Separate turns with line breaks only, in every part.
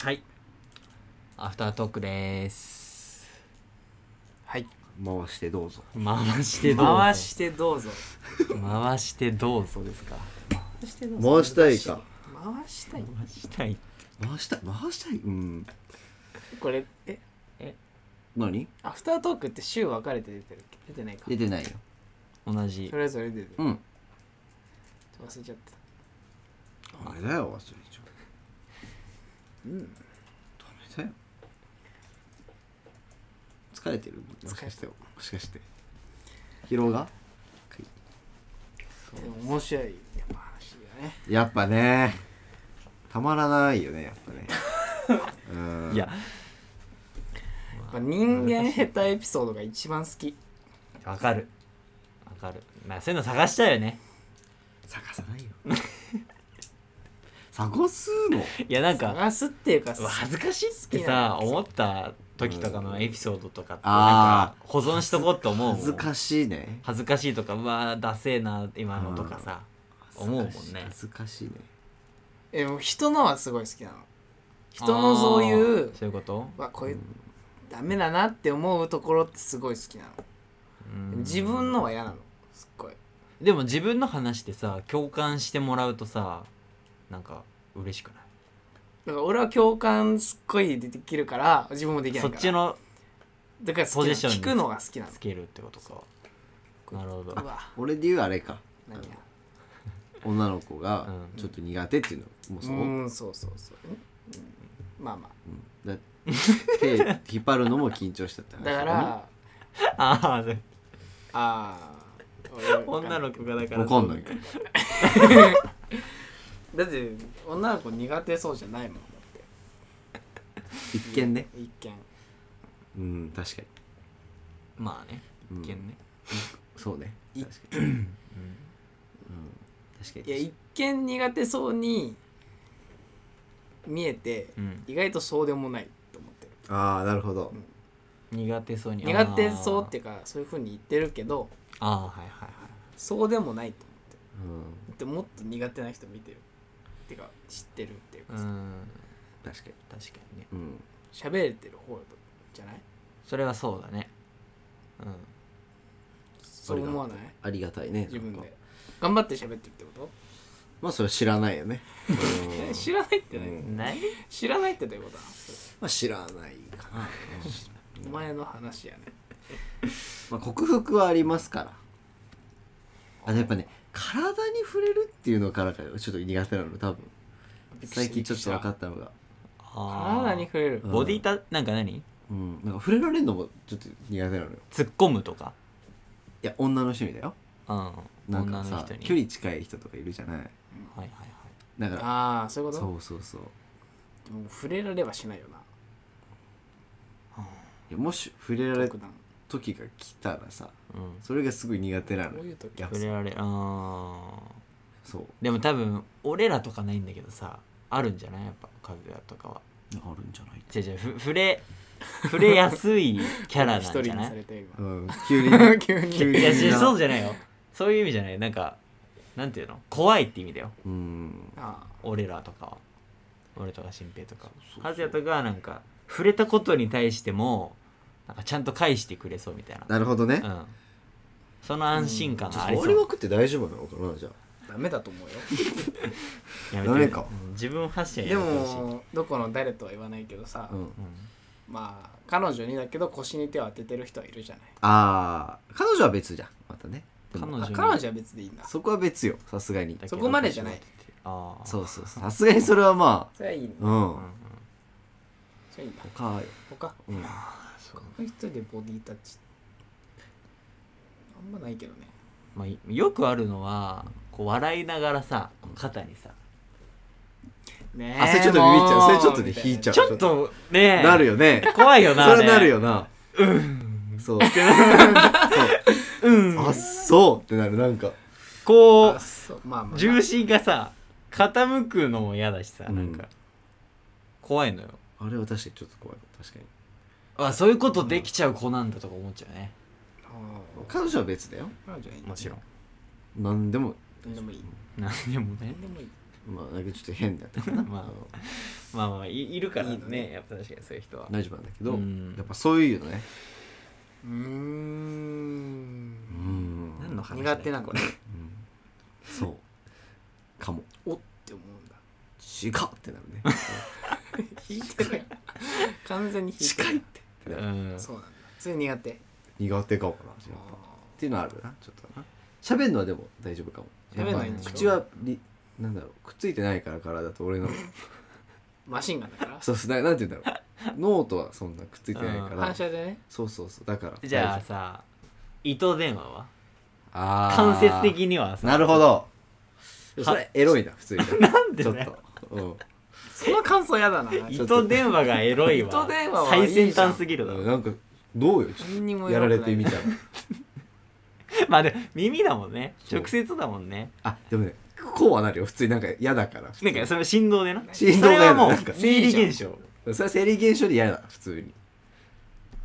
はい
アフタートークです
はい
回してどうぞ
回してどうぞ
回してどうぞ
回してどうぞですか
回してどうぞ
回したいか
回したい
回したい
回したい回したいうん
これえ
何
アフタートークって週分かれて出てるっけ出てないか
出てないよ
同じ
それぞれ出てる
うん
忘れちゃった
あれだよ忘れちゃ
うん
うダメだよ疲れてるもしかしてもしかして疲労が
でも面白いやっぱ話だね
やっぱねたまらないよねやっぱねうん
いや
やっぱ人間下手エピソードが一番好き
わかるわかるまあそういうの探したいよね
探さないよ探すの
いやなんか
探すっていうか
うわ恥ずかしいっ
好
て
きな
さ思った時とかのエピソードとかって
うん
なんか保存しとこうと思うもん
恥ずかしいね
恥ずかしいとかうわダセえな今のとかさ思うもんね
恥ずかしいね
えもう人のはすごい好きなの人のそういう
あーそういうこと
わこれダメだなって思うところってすごい好きなの
うん
でも自分のは嫌なのすっごい
でも自分の話ってさ共感してもらうとさなんか嬉しくない
だから俺は共感すっごいできるから自分もできない
そ
か
っ
ら
ちの
だから好き
ポ
なの
ジションに
聞くのが好きなの
つけるってことかなるほど
うわ
俺で言うあれか
何や
女の子が
うん
ちょっと苦手っていうのもうそうう、うん
んそうそうそうんうんまあま
だ手引っ張るのも緊張したって
あ
話
だから
ああ
ああ
女の子がだから
分かんないけど
だって女の子苦手そうじゃないもんだって
一見ね
一見
うん確か
まあね
に、うん
一見ね、
そうね
い
確かに、うん、確
い
か
や
に
一見苦手そうに見えて、
うん
意外とそうでもないと思ってる
ああなるほど、
苦手そうに
苦手そうってていうかそういうふうに言ってるけど
あーあーはいはいはい
そうでもないと思ってる
うん、
だってもっと苦手な人見てるっていうか知ってるっていう
う
か
ー
さ
ん
確かに
確かにね
うん
喋れてる方じゃない
それはそうだねうん
そう思わない
ありがたいね
自分
なん
で
か
頑張って喋ってるってこと、
まあそれは知らないよね、う
え
ん
知らないってない、
うん
ない
知らないってどういうことなの
まあ知らないかな、
お前の話やね
まあ、克服はありますからあやっぱね体に触れるっていうのからかよちょっと苦手なの多分最近ちょっと分かったのが、
あ
体に触れる、
うん
ボディタなんか何
うん、なんか触れられるのもちょっと苦手なのよ
突っ込むとか
いや女の趣味だよ
うん
なんか
女の
さ
人に
距離近い人とかいるじゃない
はいはいはい
だから
ああそういうこと
そうそうそう
もう触れられはしないよない
やもし触れられる
特段
時が来たらさ
うん
それがすごい苦手な
こ
の
う
よ
いう時
いや
触れられあー
そう
でも多分俺らとかないんだけどさあるんじゃないやっぱ和也とかは
あるんじゃない
違う違うふ 触れ触れやすいキャラなんじ
一人
ゃ
に
な
さ
い
れて
う
今
ん急に
急に
急に
いやしそうじゃないよそういう意味じゃないなんかなんていうの怖いって意味だよ
うん
あ
俺らとかは俺とか新平とか
そうそう
和也とかはなんか触れたことに対してもなんかちゃんと返してくれそうみたいな
なるほどね
うんその安心感がありそ
触
う
りまくって大丈夫なのかなじゃあ
あダメだと思うよ
や
ダ
め
メ
て
か
うん自分発信は
で
やめてほしい
もどこの誰とは言わないけどさ、
うん
うん
まあ彼女にだけど腰に手を当ててる人はいるじゃない
ああ彼女は別じゃんまたねでも
彼
あ
女に
彼女は別でいいんだ
そこは別よさすがに
だけど
そこまでじゃない
ああ
そうそうそうさすがにそれはま
それはいいの、
あうん
うんうん
それはいいんだ
他は
他
うん
この人でボディタッチあんまないけどね
まあ、よくあるのはこう笑いながらさ肩にさ
ねえ
あそれちょっとビビっちゃう
も
それちょっとね引いちゃう
ちょっとね
なるよね
怖いよ
そ
な
れはなる
よ
よなうんそう そううんあそうってなるなんか
こ
あそうまあま
う
あ
重心がさ傾くのも嫌だしさ、
うん
なんか怖いのよ
あれは確かにちょっと怖い確かに
あそういうことできちゃう子なんだとか思っちゃうね
あー
彼女は別だよ
彼女はいい
もちろん
何でも
何でもいい
何でもね
何でもいい
まあなんかちょっと変だった かな
ま
あの
まあまあいいるからね
いいのね
やっぱ確かにそういう人は
大丈夫なんだけど、
うん
やっぱそういうのね
うーん
ん
何の話だ
苦手なこれ
うんそうかも
おって思うんだ
違うってなるね
引いてるやん完全に引いてる
近いってって
う
なる
ん
そうなんだそれ苦手
苦手かもなやっぱっていうのはあるなちょっとな喋るのはでも大丈夫かも
喋
ん
やっ
な
ぱ
いんでしょ
口はりなんだろうくっついてないから体と 俺の
マシンガンだから
そうそうななんて言うんだろ う脳とはそんなくっついてないか
う
ら
反射でね
そうそうそうだから
じゃあさ糸電話は
あー
間接的にはさ
なるほどそれエロいな普通 になん
で
ちょ
だ
っ
よ
と、うん
その感想やだな
ょっ
糸電話がエロいわ
糸電話はいい
最
じゃん
先端すぎるだ
うん、
ろ
なんかどうよちょっ
何にも
とやられてみ
た
たら
まあでも耳だもんね
そう
直接だもんね
あでもねこうはなるよ普通になんか嫌だから
なんかそれ振動でな
振動で
それはも
なんか
う生 理現象
それは生理現象で嫌だ普通に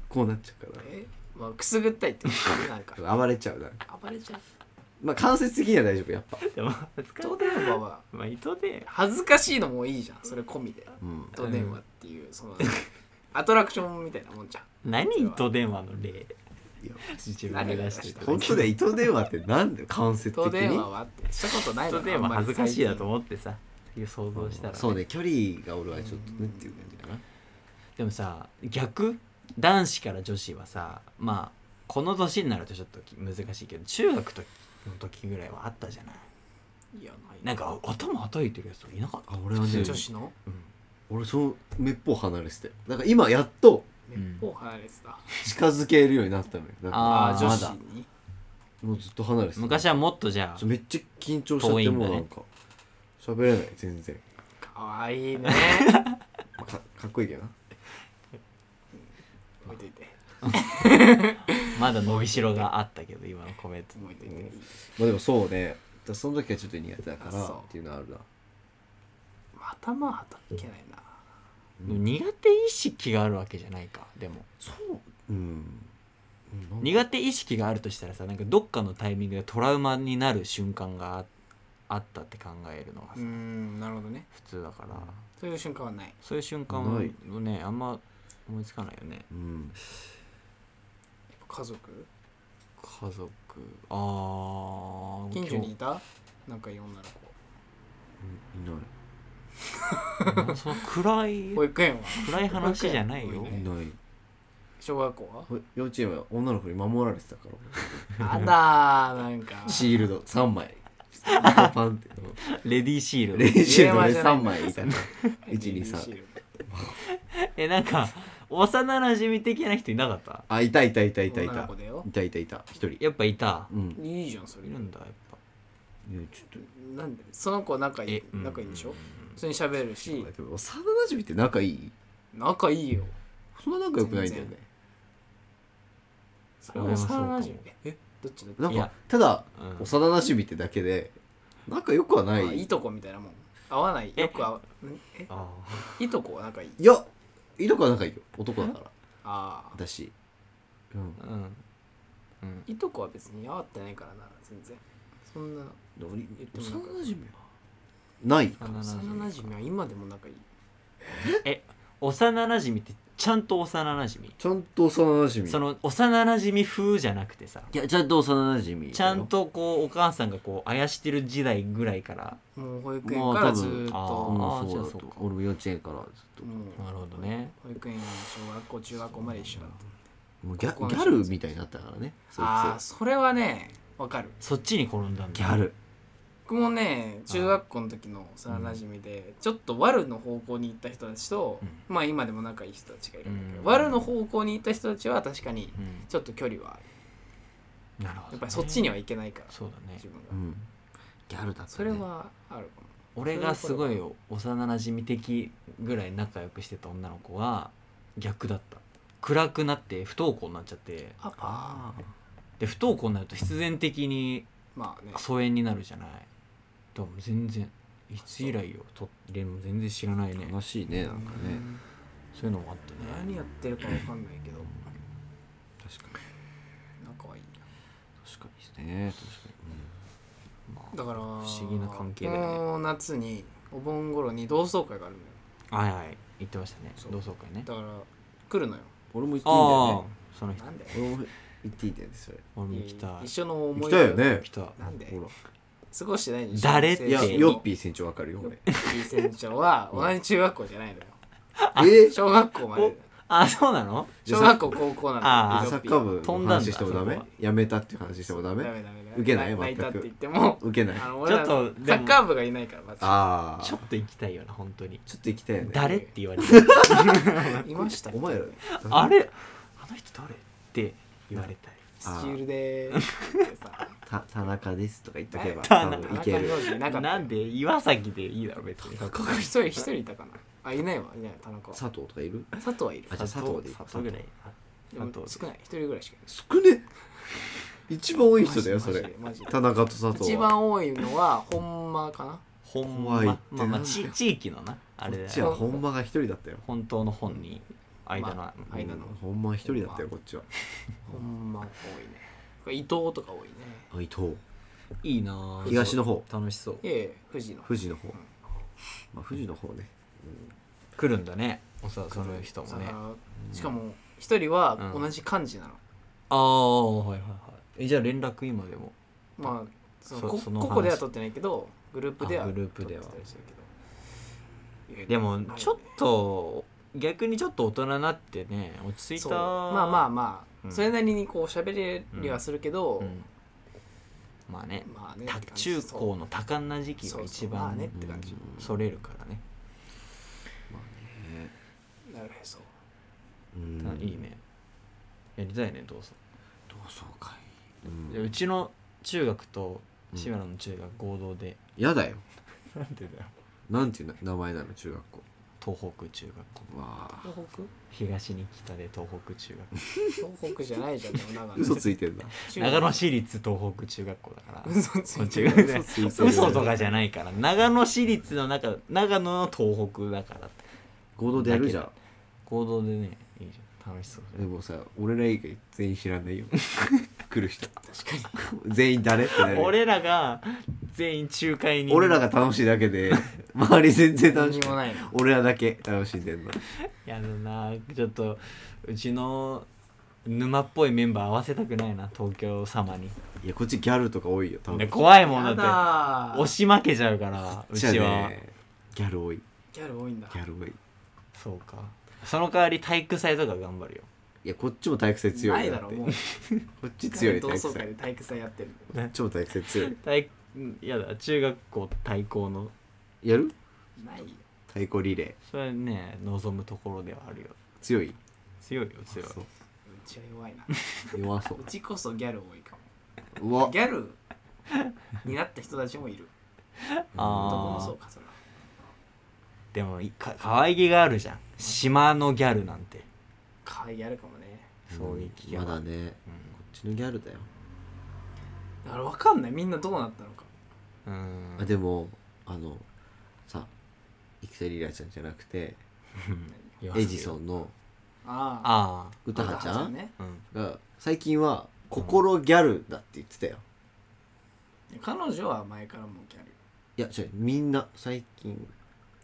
こうなっちゃうか
え、まあ、くすぐったいってことなんから
暴れち ゃうな
暴れちゃう
まあ間接的には大丈夫やっぱ
でも
糸電話は
まあ糸で
恥ずかしいのもいいじゃんそれ込みで
うん
糸電話っていうそのアトラクションみたいなもんじゃん
何糸電話の例
いや
自分で出していただき
本当だよ糸電話ってなんだよ間接的
糸電
に
話はってしたことない
糸
の
電話恥ずかしいだと思ってさいう想像したら、
そうね距離が俺はちょっとねっていう感じかな
でもさ逆男子から女子はさまあこの年になるとちょっと難しいけど中学との時ぐらいはあったじゃない
いやな
ないんか頭叩いてるやついなかった
あ俺はね
女子の
うん
俺そのめっぽう離れてたよだから今やっと
めっぽう離れてた、
近づけるようになったのよだか
あ
あ
あ
ー
女
ま
子
だ
に
らもうずっと離れてた
昔はもっとじゃ
そ
あ
うめっちゃ緊張しちゃってもうなんか喋れない全然
かわいいね
まあかかっこいいけどな
置いといて
まだ伸びしろがあったけど今のコメント
置いといて、
うんまあでもそうねだからその時はちょっと苦手だか
あ
らっ
そう
ていうのはあるな
頭はたけないな
でも苦手意識があるわけじゃないかでも
そううん
苦手意識があるとしたらさなんかどっかのタイミングでトラウマになる瞬間がああったって考えるのが
う
さ
ーんなるほどね
普通だから
そういう瞬間はない
そういう瞬間
な
はいねあんま思いつかないよね
うん
家族
家族あー
近所にい
今
たなんかいい女の
いない
日なその暗い
子保育園は
暗い話じゃないよ
多いね
いない
小学校は
ほ幼稚園は女の子に守られてたから
あだーなんか
シールド3枚パンって
レディーシール
練
ド
習のね3枚みたいな123
えなんか幼なじみ的な人いなかった
あいたいたいたいたい
女の
た
子だよ
いたいたいた一人
やっぱいた
うんい
いいじゃんそれ
いるんだやっぱ
やちょっ
なんでその子仲いい
うん
仲いいんでしょ
うん
普通に喋るし
とでも幼なじみって仲いい
仲いいよ
そんな仲良くないんだよね
それは幼馴染
俺
えどっちどっち
なん
いや
かただ
うん
幼なじみってだけで仲良くはな
あ
い
いいとこみたいなもん合わない
え
よく合わんえ
あ
いいとこは仲いい
いやいいとこは仲いいよ男だから
ああ
私うん
ーうんうん
いいとこは別に合ってないからな全然そんな
で俺
言ってもなんか
幼なじみはないか
幼
も
馴染
幼馴染は今でも仲いい
幼なじみってちゃんと幼なじみ
ちゃんと幼なじみ
その幼なじみ風じゃなくてさ
いやちゃんと幼なじみ
ちゃんとこうお母さんがこうあやしてる時代ぐらいから
もう保育園からずーっ
まあ
と
多分あー
うん、
じ
そ
ゃ
う
あ
だ
そ
と
うか
俺も幼稚園からずっと
もう
なるほどね
保育園小学校中学校まで一緒だった
もうギャ
ここ
ギ
の
ャルみたいになったからねそい
ああそれはねわかる
そっちに転んだんだ
つギャル
僕もね中学校の時の幼なじみでちょっと悪の方向に行った人たちと、まあ今でも仲いい人たちがいるんだけど、
うん
悪の方向に行った人たちは確かに
うん
ちょっと距離はある
なるほどね、
やっぱりそっちには行けないから、
そうだね
自分が、
うんギャルだったね
それはあるかも
俺がすごい幼なじみ的ぐらい仲良くしてた女の子は逆だった暗くなって不登校になっちゃって
パパ
ああ
で不登校になると必然的に
まあね
疎遠になるじゃないでも全然いつ以来よとでも全然知らないね
悲しいねなんかね
そういうのもあったね
何やってるかわかんないけど
確かに
仲はいい
確かにですね確かに、
まあ
だから
不思議な関係だよね
この夏にお盆頃に同窓会があるのよ
はいはい言ってましたね
そう
同窓会ね
だから来るのよ
俺も行っていいんだ
あ
よね
あその人
なんで
俺も行っていいんだよねそれ
俺も行きたい
一緒の思い出
ね
来た
なんで
ほ
過ごしてないでしょ
誰
青
ら
春
いや
え
ヨッピー船長わかるよ
ヨッ
俺
ピー船長は同じ中学校じゃないのよ
え
小学校までだよ
あそうなの
小学校高校なの
あ
ヨ
サ
ッ
ッ
ピー
カ
は
ー
飛
部
ん
の
だんだ
話してもダ
そ
メ
こは
やめたっていう話してもダ
ダメ
メ
ダメダメ
受けない
泣いた
全
っ
く
て言っても
受けない
あ
あ
の俺ら
ちょっとでも
サッカー部がいないからまず
あ
ちょっと行きたいよな本当に
ちょっと行きたいよね
誰って言われて
いましたっけ
お前ら
あれあの人誰って言われたい
スチールでーすって さ
た田中ですとか言っとけば
田
多
田
分い
中
ける
要次なかった
なんで岩崎でいいだろ別に
ここ一人一人いたかなあいないわいない田中は
佐藤とかいる
佐藤はいる
あじゃあ佐藤でいい
佐藤ぐらい
でも
佐藤
少ない一人ぐらいしかいない
少ね一番多い人だよ
マ
そ
ジ
れ
でマジで
田中と佐藤
一番多いのは本間かな
本
怖いっ
ま
て
まあまあ
なんだ
ち地域のなあ
あ
れ
れ
だ
こっ
よ
ちは本間が一人だったよ
本当の本に間の、
まあ間の
うん本間は一人だったよこっちは
本間多いねこれ伊藤とか多いね
あ伊藤
いいなあ
東の方
楽しそう
いえいえ富士の
富士の方まあ富士の方ね
来るんだねおさその人もね
さしかも一人は同じ漢字なの、
ああはいはいはいえじゃあ連絡今でも
まあその
そ
こ
その話
個々では取ってないけどグループでは
あグループでは
取ってたりするけどいや
でも
ないよね
ちょっと逆にちょっと大人になってね落ち着い
そ
た
うまあまあまあ、
うん
それなりにこう喋れりはするけど、
うんまあね
まあね
た
って感じ
中高の多感な時期
そ
が
うそ
一
うまあ
番
ね
ね
って感じ
うん
それるからね
なるへそ
うん
いいねやりたいねどうぞ
同窓会う
で
ん
うちの中学と
うん
志村の中学合同で、
やだよ
なんてだよ
なんていうな名前なの中学校
東北中学校
わあ
東北
東に北で東北中学校
東北じゃないじゃんでも長野
嘘ついてんだ
中
長野市立東北中学校だから
嘘ついて
違
る
うね
嘘ついてる
嘘とかじゃないから長野市立の中長野の東北だから
合同でやるじゃん
合同でねいいじゃん楽しそう
でもさ俺ら以外全員知ら ないよ来る人
確か
全員誰ってなるよ
俺らが全員仲介に
俺らが楽しいだけで周り全然
に
楽
何
し
に
く
も
ない
ないの
俺らだけ楽しんでんの
やだなちょっとうちの沼っぽいメンバー合わせたくないな東京様に
いやこっちギャルとか多いよ多分
で怖いもんだ
や
って
だ
押し負けちゃうからう
こっち
ちは
ねギャル多い
ギャル多いんだ
ギャル多い
そうかその代わり体育祭とか頑張るよ
いやこっちも体育祭強
ないい
よ
だ
だっ
ろ
て
も
こ
う
っち強い
同
体
窓
育
会
祭
で体育祭やってる
超体育祭強い
体うんやだ中学校対抗の
やる
ないよ
太鼓リレ
それはね望むところではあるよ
ー強い
強いよ強い
そう
ちは弱いな
弱そう
うちこそギャル多いか
うわ
もギャルになった人たちもい る
あー
男もそうかそれは
でもいか可愛げがあるじゃん島のギャルなんて
可愛いギャルかもね
衝撃
う
が
んまだねこっちのギャルだよ
だから分かんないみんなどうなったのか
うんう
あ
ん
でもあのさ生田リラちゃんじゃなくてエジソンの
あ
あ
あ
歌葉ちゃん
ね
あうん
が最近は心ギャルだって言ってたよ、
彼女は前からもうギャル
いや違うみんな最近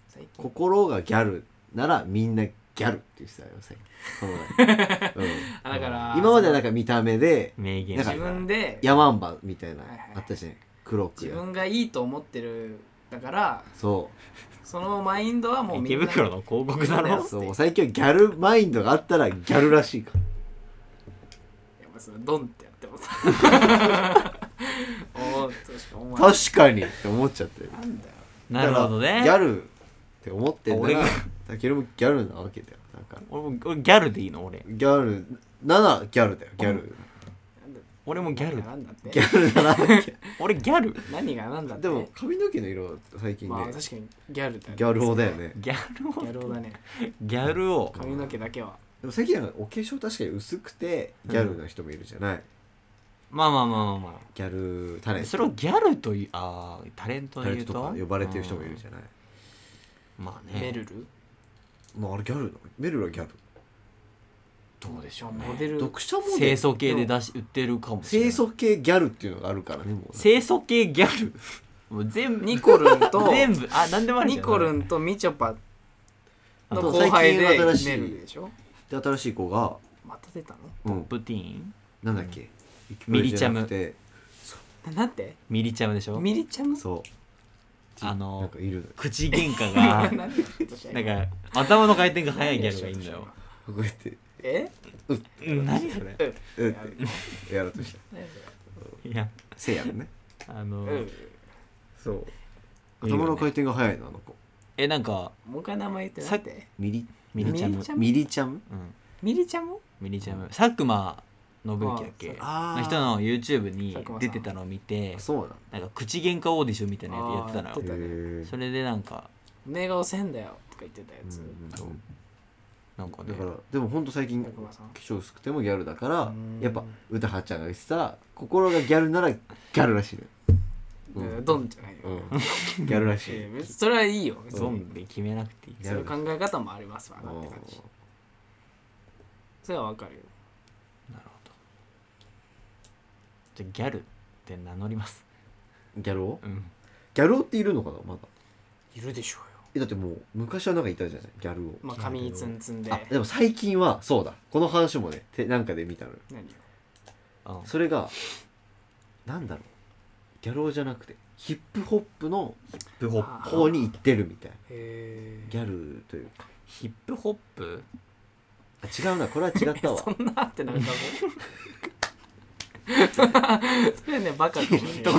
最近
心がギャルならみんなギャルって言ってたよ 最近この前、
あだから
うん、今まではなんか見た目で
名言
なんか
自分で
ヤマンバみたいな
はいはい
あったじゃん黒く
自分がいいと思ってるだから
そ
そのマインドはもうみ
池
んな
袋の広告だ
みんな
ろ
よ
うそう最近はギャルマインドがあったらギャルらしいから
やっぱそれドンってやってもさ おおそうしか思わない
確かにって思っちゃってる
なんだよ
なるほど
だ
ね
からギャルって思ってんだ
俺が
らたけるもギャルなわけだよだから
俺も俺ギャルでいいの俺
ギャルならギャルだよギャル
なんだ
俺もギャル
なんだって
ギャルなら
俺ギャル
何がなんだって
でも髪の毛の色最近ね、
まあ確かにギャルだよね
ギャル男だよね
ギャルを
ギャル男だね
ギャルを
髪の毛だけは
でも最近なんかお化粧確かに薄くてギャルな人もいるじゃない、
まあまあまあまあま
ギャルタレン
あ
ト
それをギャルというああタレント
タ
で
レ
言
ン
う
ト
と
とか呼ばれてる人もいるじゃない、
ゃんまあね
メルル
まあ、あれギャルなのメルはギャル
どうでしょう
モデ
ね
ル
読者モデ
清
ル
楚系で出し売ってるかもしれな
清
い
楚系ギャルっていうのがあるからねもう
清楚系ギャル もう全部
ニコルン と
全部あ何でもあるじ
ニ
ゃん
コルンとみちょぱ
あ
の
と
後輩で
最近新しい
ネルでしょ
で新しい子が、
また出たの
うん、
プティーン
なんだっけ、
ミリチャム
ウキプレ
ななんて
ミリチャムでしょ
ミリちゃんの
じゃなくてそう
あの
なんかいるのよ
口喧嘩 が
なんで
なんか頭の回転が速いギャルがいいんだよ
こ うやって
え
何それ
うん
うんってやろうとした
いや
せやんね
あの、
うん
そう
いいよね
頭の回転が速いのあの子
えなんか
もう一回名前言ってなって
ミリ
ミリチャム
ミリチャム
ミリチャム
うん、
ミリち
ミリチ
ゃんも
ャム佐久間信之だっけ
あー
の人の YouTube に
佐久間さ
出
ん
てたのを見て
あそうなんだ
なんか口喧嘩オーディションみたいなやつやって
出
たのよ
あたね
へー
それでなんか
寝顔せんだよとか言ってたや
うん
つ
うん
なんかね
だからでもほんと最近化
佐久間さん
粧薄くてもギャルだから
うん
やっぱ歌はちゃんが言ってた心がギャルならギャルらしいね
うんドンじゃないよ
うんギャルらしい
えー別にそれはいいよ別に
ゾンビ決めなくていい
そういう考え方もありますわなって感じそれはわかるよ
なるほどじゃあギャルって名乗ります
ギャルを
うん
ギャル男っているのかなまだ
いるでしょ
えだってもう昔はなんかいたじゃないギャルを
うよまあ髪ツンツンで
あでも最近はそうだこの話もねてなんかで見たのよ
何よ
あ
それがなんだろうギャル男じゃなくてヒップホップの
ヒップホ
ップ
方に行ってるみたい
へ
ギ
ャ
ャルというか
ヒップホップ
あ違うなこれは違ったわ
そんなってなんかもうそれねバカかもし れない
ヒップ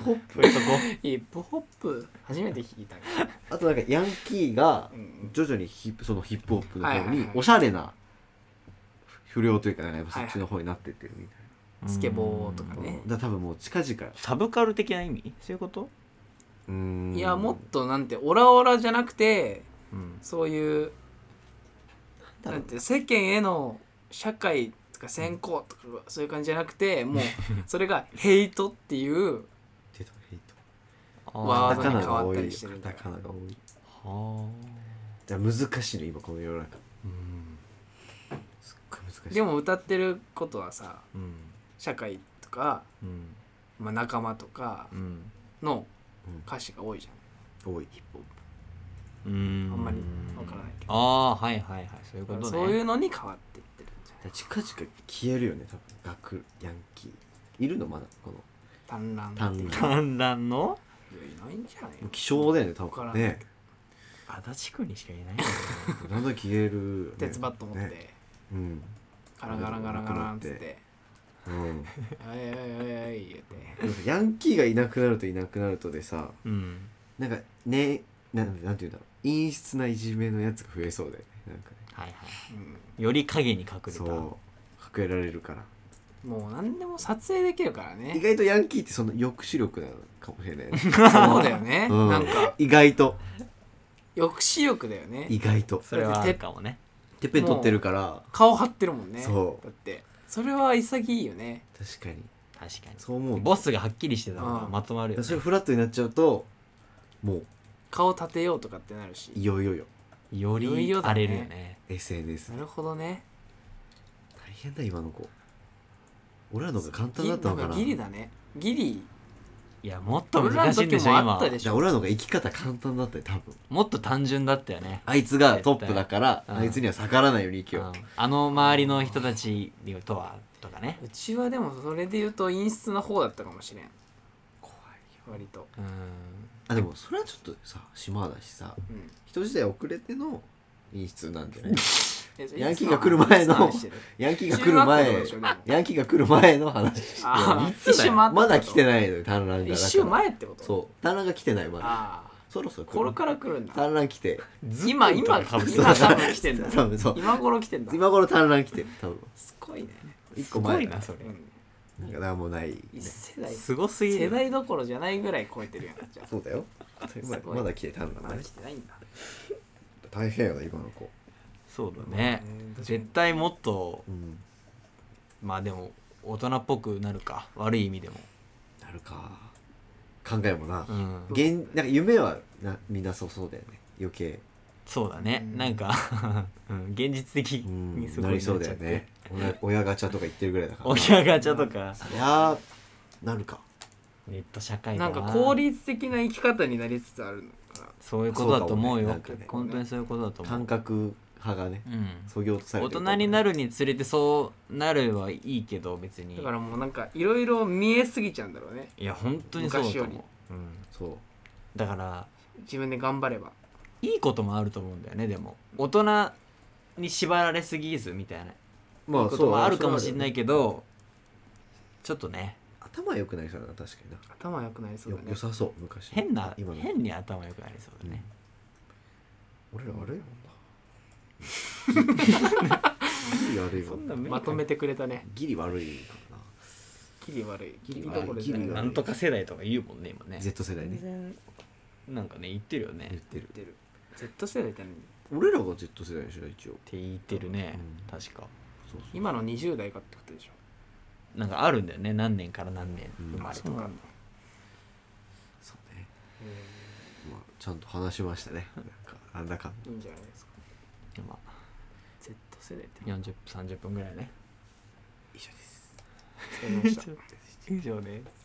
ホップ
そういうとこ
ヒップホップ初めて聞いたけど
あとなんかヤンキーが
うん
徐々にヒップそのヒップホップの
はい
方
はい
に
はい
おしゃれな不良というかなんかやっぱそっちの方になってってるみたい
スケボーとか
な、
ね
うんだから多分もう近々
サブカル的な意味そういうこと
うーん
いやもっとなんてオラオラじゃなくて
うん
そういう
だろ
な
うん
て世間への社会とか先行とかそういう感じじゃなくて もうそれがヘイトっていう
出たヘイト
わ
カ
ード
タカ
に
ナ
変わ
が
っ
多
た
い
り
よ
してるん
カ
だ
タカナが多い
は
だから難しいの今この世の中
あうん
すっごい難しい
でも歌ってることはさ
うん
社会とか、
うん
まあ、仲間とか
うん
の
うん
歌詞が多いじ
多いヒップホッ
うん
あんまりわからないけど
ああーはいはいはいそういう
ゃ
こ
ん、
とね
そういうのに変わっていってるんじゃない
プ近々消えるよね多分学ヤンキーいるのまだこの
単乱って
単
い
乱
う
観覧の
いないんじゃない
もう希少だよね多
わから
分
ない
ね
足立区にしかいないんだよ
だんだん消える、ね、
鉄バット持って、
ねうん
ガランガランガランガランっつって
うん
「あいあいあいあい」言うて
なんかヤンキーがいなくなるといなくなるとでさ
うん
なんかねなんなんていうんだろう陰湿ないじめのやつが増えそうで、ね、なんかね
はいは
うん
いより影に隠れた
そう隠れられるから
もう何でも撮影できるから
意
ね
外とヤンキーってその抑止力なのかもしれない、ね、
そうだよね、
うん
なんか
意外と
抑止力だよね
意外と
それはあるかもね
てっぺん取ってるから
顔張ってるもんね
そう
だってそれは潔いよね
確かに
確か
そう思う
にボスがはっきりしてたのが
うん
まとまるよね
それフラットになっちゃうともう
顔立てようとかってなるし
いよいよよ
よ
いよい
り
よだ
荒
ね
れるよね
SNS
なるほどね
大変だ今の子俺らの方が簡単だったのかな
ギリだねギリ
いやもっと
俺ら
難
の
しいん
時
でしょ
もあっ
今
たでし
じゃあ
ょ
俺らの方が生き方簡単だったよ多分
もっと単純だったよね
あいつがトップだから
うん
あいつには逆らわないように生き
う
よ
んあの周りの人たちとはとかね
うちはでもそれで言うと陰湿な方だったかもしれん怖い割と
うん
うあでもそれはちょっとさ島だしさ
うん
人自体遅れての演出なんじゃない
えそれ
ヤンキーが来る前の
いつ話してる
ヤンキーが来る
中学校とか
前
でしょでも
ヤンキーが来る前の話
あー
いやいつだ
一
よ
周回った
まだ来てないのよ単乱がだから
一週前ってこと
そう単乱が来てないまだ
ああ
そろそろ来
これ
る
から来るんだ
単乱来て
今今
かぶって
今多分来てんだ
多分そう
今頃来てんだ
今頃単乱来てる多分
すごいね、
一
す
個
ご
前
いなそれ
うん、
なんか何もない、ね、
一世代
すごすぎ
世
る
代どころじゃないぐらい超えてるやんじゃあ
そうだよ
ごい
まだ来て単
ま
乱
だ
ね
来てないんだ
大変よね今の子
そうだね
うん
絶対もっと
うん
まあでも大人っぽくなるか悪い意味でも
なるか考えもな、
うん
現なんか夢はなみんなそうそうだよね余計、
そうだね
うん
なんか うん現実的
うん
にすご
ないりそう
っ
だ
ちゃ
よ
って
ね 親親ガチャとか言ってるぐらいだからな
親ガチャとか
そりゃあなるか
ネット社会だ
なんか効率的な生き方になりつつあるのかな
そういうことだと思うよ
そうかもねなんかね
本当にそういうことだと思
感
う、
覚派がね
うん、
そぎ落とされ
大
て
人にな
る
るにつれてそうなるはいいけど別に
だからもうなんかいろいろ見えすぎちゃうんだろうね
いや本当にそうだと
昔
思
よ
う、うん、
そう
だから
自分で頑張れば
いいこともあると思うんだよねでも大人に縛られすぎずみたいな
まあ
こ
そ
と
う
もあるかもしれない
け
けどちょっとね
ど頭良くなりそうだな確かにな
頭良くなりそう
よ
だね
良さそう昔の
変な
今の
変に頭良くなりそうだね、
俺ら悪いもんなギリ悪いもんな
そんな
まとめてくれたね
ギリ悪いから
キリ悪い
ギ
キ
リ
リ
悪い
どころじゃない
ギリ
な
な
悪
い
い
んとか世代とか言うもんね今
な
ね
Z 世代ね
然なんかね言ってるよね
言
っ
ってる
Z 世代って何
俺らが Z 世代でしょ一応
て言ってるね、
うん
確か
そうそう
今の20代かってことでしょ
なんかあるんだよね何年から何年
うん
生まれとか、
そうねまあちゃんと話しましたねなんかなんだかんだ
いいんじゃないですか
まあ
Z 世代って
40分30分ぐらいね
一緒です
疲れました
以上です